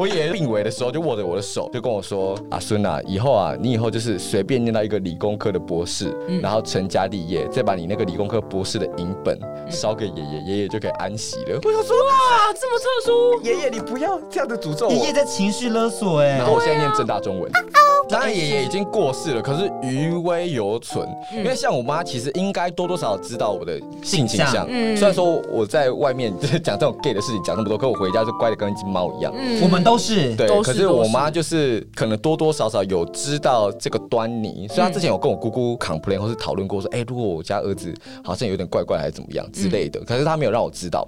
D: 我爷爷病危的时候就握着我的手，就跟我说：“阿孙啊，以后啊，你以后就是随便念到一个理工科的博士，然后成家立业，再把你那个理工科博士的银本烧给爷爷，爷爷就可以安息了。”我想说，
E: 哇，这么特殊，
D: 爷爷你不要这样的诅咒
B: 爷
D: 我
B: 爷。在情绪勒索哎、
D: 然后我现在念正大中
E: 啊
D: 文。
E: 哦
D: 当然，爷爷已经过世了，可是余威犹存。
E: 嗯
D: 因为像我妈，其实应该多多少少知道我的性倾
B: 性
D: 向
B: 向。
E: 嗯
D: 虽然说我在外面 就是讲这种 gay 的事情讲那么多，可我回家就乖的跟一只猫一样。
E: 嗯
B: 我们都是
D: 对
E: 都，是
D: 可是我妈就是可能多多少少有知道这个端倪，所以她之前有跟我姑姑 complain 或是讨论过说，哎、如果我家儿子好像有点怪怪还是怎么样之类
E: 嗯
D: 的，可是她没有让我知道。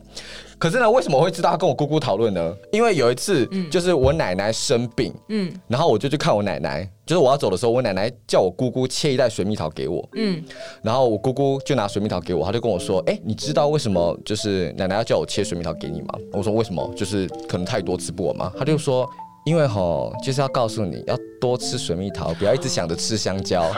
D: 可是呢，为什么我会知道她跟我姑姑讨论呢？因为有一次，就是我奶奶生病，
E: 嗯
D: 然后我就去看我奶奶，就是我要走的时候，我奶奶叫我姑姑切一袋水蜜桃给我，
E: 嗯，
D: 然后我姑姑就拿水蜜桃给我，她就跟我说：“哎、你知道为什么就是奶奶要叫我切水蜜桃给你吗？”我说：“为什么？就是可能太多吃不完嘛。”她就说：“因为吼，就是要告诉你要多吃水蜜桃，不要一直想着吃香蕉。
E: 啊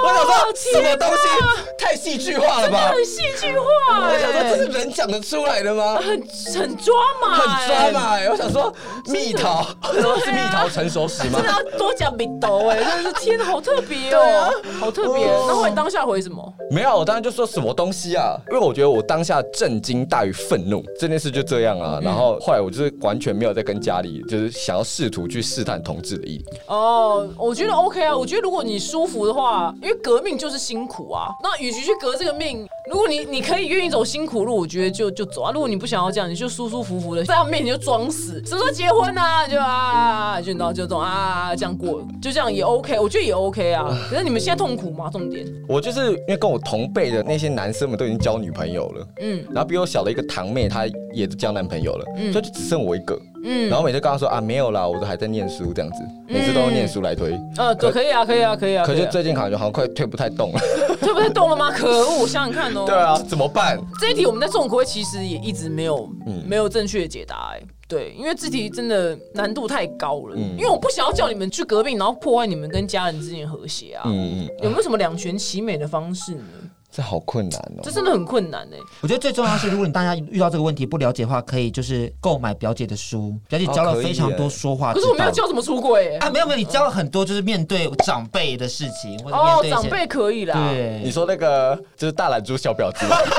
D: 我想说什么东西太戏剧化了吧？
E: 很戏剧化、
D: 我想说这
E: 欸，
D: 是人讲得出来的吗？
E: 很很抓马、
D: 很抓马、欸，我想说蜜桃，我说 是蜜桃成熟时吗
E: 哎真的？要多讲米豆 哎，真的是天，好特
D: 啊
E: 别哦，好特别。那后来当下回什么？
D: 没有，我当然就说什么东西啊，因为我觉得我当下震惊大于愤怒，这件事就这样
E: 嗯
D: 啊。然后后来我就是完全没有在跟家里，就是想要试图去试探同志的意。
E: 哦，我觉得 OK 啊，我觉得如果你舒服的话，因为革命就是辛苦啊。那与其去革这个命，如果你你可以愿意走辛苦路，我觉得就就走啊。如果你不想要这样，你就舒舒服服的在他们面前就装死，什么时候结婚啊？就啊，就你知道就这种啊，这样过，就这样也 OK，我觉得也 OK 啊。可是你们现在痛苦吗？重点，
D: 我就是因为跟我同辈的那些男生们都已经交女朋友了，
E: 嗯
D: 然后比我小的一个堂妹她也交男朋友了，所以就只剩我一个。
E: 嗯
D: 然，后每次跟她说啊没有啦，我都还在念书这样子，每次都用念书来推。
E: 呃，可可以啊，可以啊，可以啊。
D: 可
E: 以
D: 是
E: 啊
D: 最近好像好像快推不太动 了，
E: 这不是动了吗？可恶，想想看 哦。
D: 对啊，怎么办？
E: 这一题我们在众口味其实也一直没有、
D: 嗯
E: 没有正确的解答、哎，对，因为这题真的难度太高了，
D: 嗯
E: 因为我不想要叫你们去革命，然后破坏你们跟家人之间的和谐啊。
D: 嗯嗯，
E: 有没有什么两全其美的方式呢？
D: 这好困难哦
E: 这。真的很困难哎、
D: 啊
B: 我觉得最重要是，如果你大家遇到这个问题不了解的话，可以就是购买表姐的书，表姐教了非常多说话
E: 哦可
B: 之
E: 是
B: 道。
E: 我没有教怎么出轨哎、
B: 啊，没有没有，你教了很多就是面对长辈的事情，或者面
E: 哦，
B: 对一些
E: 长辈可以啦，
D: 哦你
B: 对
D: 说那个就是大懒猪小婊子吗，
E: 嗯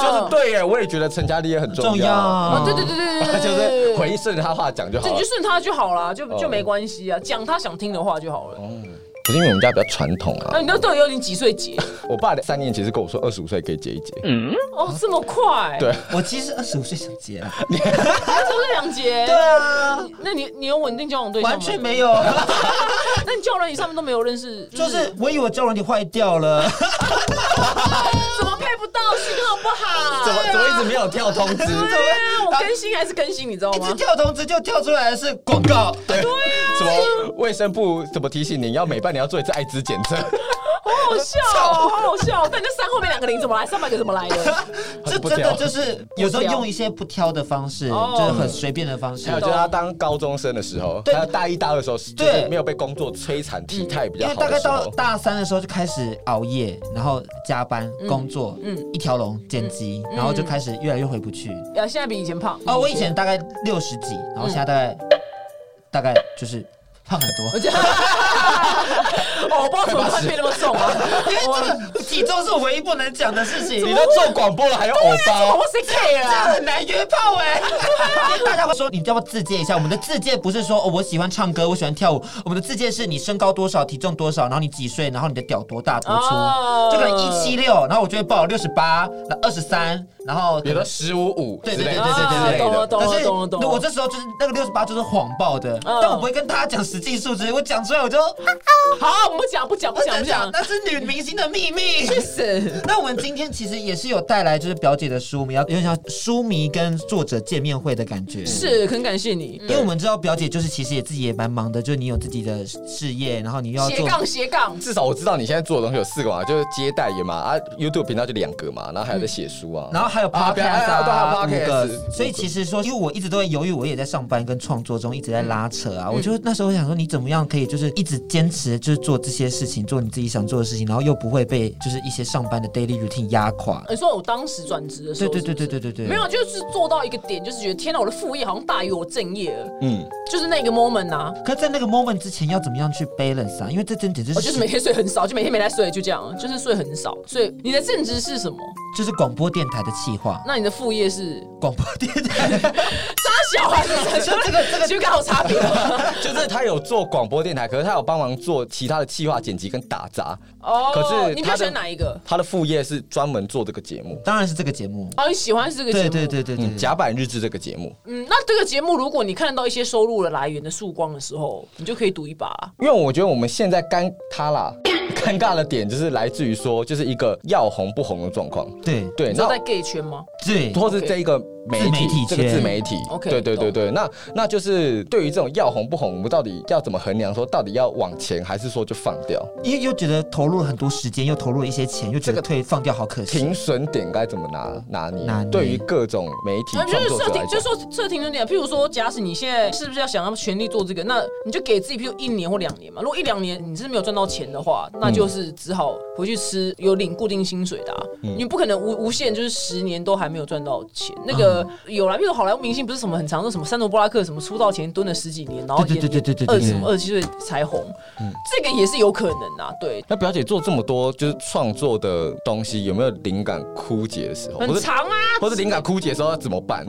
D: 就是对耶，我也觉得成家立业很重
B: 重
D: 要。
B: 要
E: 哦，对对对对对 对，
D: 就是回顺着他话讲就好
E: 这
D: 了
E: 你就。顺他就好啦，就就
D: 哦
E: 没关系啊，讲他想听的话就好了。
D: 可是因为我们家比较传统
E: 那
D: 啊，
E: 你那都有你几 岁结？
D: 我爸的三年级是跟我说二十五岁可以结一结，
E: 哦，这么快？
D: 对
B: 我其实二十五岁想结 了，
E: 还是不是两结？
B: 对啊，
E: 那你你有稳定交往对象吗？
B: 完全。没有，
E: 那你交友软件上面都没有认识，
B: 就是我以为我交友软体坏掉 了，
E: 怎么配不到，信号不好。
D: 怎么怎么一直没有跳通知？
E: 对啊，我更新还是更新，你知道
B: 一直
E: 吗？
B: 跳通知就跳出来的是广告，
D: 对，什么卫生部怎么提醒你要每半年要做一次艾滋检测？
E: 好好 笑哦，好好笑哦。但这三后面两个零怎么来？三百个怎么 来的？
B: 这真的就是有时候用一些不挑的方式，
E: 哦
B: 就是很随便的方式
D: 还。有就是他当高中生的时候，
B: 对
D: 他大一大二的时候，就是没有被工作摧残，体态比
B: 因
D: 较
B: 为
D: 好
B: 大概
D: 的时
B: 到
D: 候。
B: 大三的时候就开始熬夜，然后加班工作，
E: 嗯
B: 嗯，一条龙剪辑，
D: 嗯
B: 然后就开始越来越回不去。
E: 呀，现在比以前胖。
B: 哦，我以 前大概六十几，然后现在大概、大概就是
D: 嗯
B: 胖很
E: 我
B: 多，
E: 觉得，哦，我不知道怎么突然变那么重 啊！
B: 因为 这个体重是我唯一不能讲的事情。
D: 你都做广播了，还有偶包
E: 我？谁
B: 这
E: care
B: 样
E: 啊？
B: 很难约炮
E: 欸
B: 哎、因为大家会说，你要不要自介一下？我们的自介不是说、哦、我喜欢唱歌，我喜欢跳舞，我们的自介是你身高多少，体重多少，然后你几岁，然后你的屌多大多粗。
E: 哦
B: 这个人一七六，然后我就会报六十八，那二十三，然后
D: 比如说十五五
B: 对
D: 之
B: 对
D: 类
B: 对对
D: 的
B: 对
D: 之
B: 对对，
D: 类
E: 啊懂了
D: 的。
E: 懂了
B: 可是
E: 懂了懂了
B: 我这时候就是那个六十八就是谎报的，
E: 嗯
B: 但我不会跟大家讲实际数值，我讲出来我就
E: 好，我们不讲不讲不
B: 我
E: 讲不讲，
B: 那是女明星的秘密。
E: 去死！
B: 那我们今天其实也是有带来就是表姐的书，我们要有点像书迷跟作者见面会的感觉。。
E: 是很感谢你，
B: 因为我们知道表姐就是其实也自己也蛮忙的，就是你有自己的事业，然后你又要
E: 斜
B: 做
E: 杠斜杠，
D: 至少我知道你现在做的东西有四个嘛，就是接代言嘛，啊，YouTube 频道就两个嘛，然后还有在写书啊，
B: 嗯然后还有 podcast
D: 啊
B: 啊，
D: 对
B: 五
D: 还有 podcast，
B: 个
D: 五个，
B: 所以其实说，因为我一直都在犹豫，我也在上班跟创作中一直在拉扯
E: 嗯
B: 啊。我就那时候想说，你怎么样可以就是一直坚持，就是做这些事情，做你自己想做的事情，然后又不会被就是一些上班的 daily routine 压垮。
E: 你说我当时转职的时
B: 对
E: 候，
B: 对对
E: 是不
B: 对
E: 是
B: 对对对，
E: 呃没有，就是做到一个点，就是觉得天哪，我的副业好像大于我正业了，
D: 嗯，
E: 就是那个 moment 啊呐、
B: 可在那个 moment 之前要怎么样去 balance 啊？因为这真简直
E: 我
B: 是
E: 就是每天睡很少，就每天没来睡，就这样，就是睡很少。所以你的正职是什么？
B: 就是广播电台的企划，
E: 那你的副业是
B: 广播电台
E: 杀小孩子，这个这个就刚好差别了。
D: 就是他有做广播电台，可是他有帮忙做其他的企划、剪辑跟打杂。
E: 哦，
D: 可是
E: 你比
D: 他
E: 较
D: 的
E: 喜欢哪一个？
D: 他的副业是专门做这个节目，
B: 当然是这个节目。
E: 哦，你喜欢是这个节
B: 对
E: 目？
B: 对对对对
D: 嗯，，甲板日志这个节目，
E: 嗯，那这个节目如果你看到一些收入的来源的曙光的时候，你就可以赌一把啦。
D: 因为我觉得我们现在尴他啦，尴尬的点就是来自于说，就是一个要红不红的状况。
B: 对
D: 对，
E: 你知
D: 那
E: 道在 gay 圈吗？
B: 对，
D: 或是这一个媒
B: 自媒体
D: 体这个
B: 圈
D: 自媒体
E: OK，
D: 对对对对，那那就是对于这种要红不红，我们到底要怎么衡量？说到底要往前，还是说就放掉？
B: 因为又觉得投入了很多时间，又投入了一些钱，又觉得退放掉好可惜。
D: 停损点该怎么拿拿捏？
B: 拿捏
D: 对于各种媒体
E: 啊，就
D: 创
E: 是
D: 作
E: 设
D: 者
E: 定
D: 来，
E: 就
D: 讲
E: 是，说设停顿点。譬如说，假使你现在是不是要想要全力做这个，那你就给自己譬如一年或两年嘛。如果一两年你是没有赚到钱的话，
B: 嗯
E: 那就是只好回去吃有领固定薪水的、啊，
B: 嗯
E: 你不可能无无限就是十年都还没有赚到钱。那个
B: 嗯
E: 有啦，譬如好莱坞明星不是什么很常说什么山头布拉克什么出道前蹲了十几年，然后
B: 对
E: 演
B: 对对对对对嗯
E: 二
B: 对
E: 什么二十七岁才红，这个也是有可能啊。对，
D: 那表姐做这么多就是创作的东西，有没有灵感枯竭的时候？
E: 很
D: 或是
E: 长啊。
D: 或是灵感枯竭的时候要怎么办？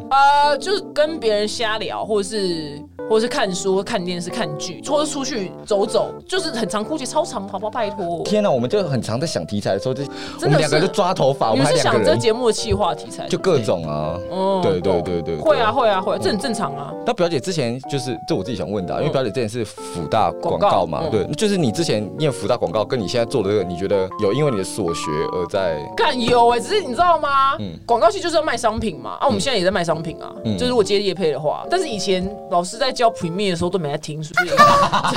E: 呃，就是跟别人瞎聊，或者是或者是看书、看电视、看剧，或者出去走走，就是很常枯竭，超长，好不好？拜托。
D: 天哪、我们就很常在想题材的时候，就我
E: 真
D: 们
E: 的
D: 两
E: 是
D: 个就抓头啊发，我
E: 你
D: 们
E: 们
D: 还
E: 是
D: 两个
E: 想这
D: 人
E: 节目的企划题材？
D: 就各种啊，
E: 嗯
D: 对对
E: 懂
D: 对对，对
E: 会啊。会啊会啊，这很正常啊。
D: 那表姐之前就是这我自己想问的、啊，因为
E: 嗯
D: 表姐之前是福大广
E: 广告
D: 告嘛，
E: 嗯
D: 对，就是你之前念福大广告，跟你现在做的这个，你觉得有因为你的所学而在
E: 干有哎、只是你知道吗
D: 嗯？
E: 广、告系就是要卖商品嘛，啊，我们现在也在卖商品啊，
D: 嗯
E: 就是如果接业配的话，但是以前老师在教 Premiere 的时候都没在听，所 以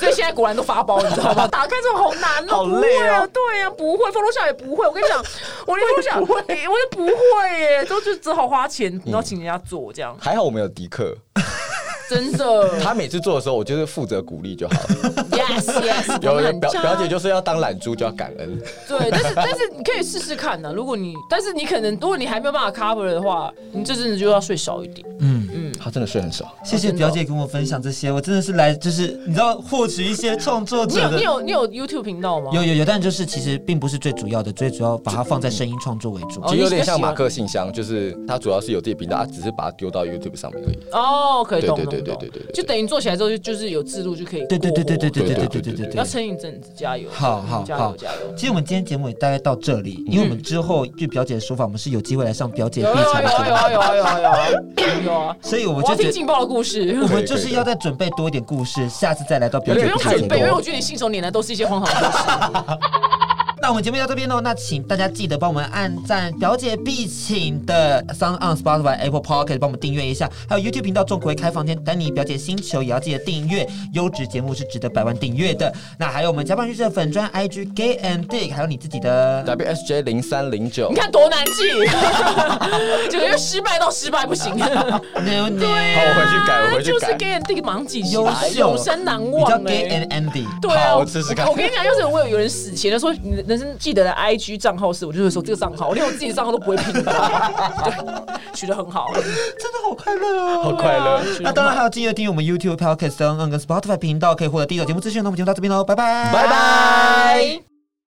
E: 所以现在果然都发包，你知道吗？打开这种好难哦、
D: 好
E: 不
D: 累
E: 会
D: 哦
E: 啊，对啊，不会，Photoshop 也不会，我跟你 讲，我连 Photoshop 我就不会耶，都就只好花钱，然后请人家做这样，
D: 还好我们有迪克，
E: 真的
D: 他每次做的时候，我就是负责鼓励就好。
E: ，yes yes，
D: 有有
E: 很
D: 表
E: 赞
D: 表姐就是要当懒猪就要感恩，
E: 对，但是但是你可以试试看呢、啊如果你，但是你可能，如果你还没有办法 cover 的话，你这阵子就要睡少一点。
D: 她真的睡很少。
B: 嗯谢谢表姐跟我分享这些，我真的是来就是你知道获取一些创作
E: 你有
B: 者的
E: 你。有你有 YouTube 频道吗？
B: 有有有，但就是其实并不是最主要的，最主要把它放在声音创作为主。
E: 哦
D: 其实有点像
E: 你喜欢
D: 马克信箱，就是他主要是有自己频道，他只是把它丢到 YouTube 上面而已。
E: 哦，可以
D: 对
E: 懂
D: 对
E: 懂
D: 对对
E: 懂
D: 对对对，
E: 就等于做起来之后就就是有制度就可以。
B: 对对对对对对对对对对对
D: 对
E: 要
B: 对。
E: 撑一阵子，加油！
B: 好好
E: 加
B: 好
E: 油加油！
B: 其实我们今天节目也大概到这里，因为我们之后据表姐的说法，我们是有机会来上表姐
E: 有
B: 必
E: 啊有
B: 场
E: 啊有
B: 的，
E: 啊有啊有啊有啊有啊有啊！
B: 所以我
E: 我
B: 就
E: 要
B: 觉
E: 听
B: 得
E: 劲爆的故事。
B: 我
E: 不
B: 们就是要再准备多一点故事，下次再来到表姐
D: 有
E: 用
D: 点
B: 必场
D: 太
E: 准备，因
D: 多
E: 为我觉得你信手拈来都是一些荒唐的故事。
B: 那我们节目到这边喽，那请大家记得帮我们按赞表姐必请的 Sound on Spotify、Apple Pocket 帮我们订阅一下，还有 YouTube 频道“众葵开房间”，丹尼表姐星球也要记得订阅，优质节目是值得百万订阅的。那还有我们甲板日志的粉砖 IG Gay and Dick，还有你自己的。
D: WSJ 零三零九
E: 你，看多难记，这个又失败到失败不行。
B: No No，
D: 好，我回去改，我回去
E: 就是
D: 改。
E: 给人定忙几
B: 优秀
E: 永生难
B: 你叫
E: 忘
B: Gay
E: 哎、
B: and Andy。
E: 对啊，
D: 好
E: 我
D: 试试看
E: 我跟你讲，要是我有有人死前的说你的人生记得的 IG 账号是，我就会说这个账号，我连我自己的账号都不会拼的， 对，取得 很好，
B: 真的好快乐哦！
D: 好快乐
E: 对啊
B: 那当然还有记得订阅我们 YouTube、Podcast、跟 Spotify 频道，可以获得第一手节目资讯。那我们节目到这边喽，拜拜，
D: 拜拜。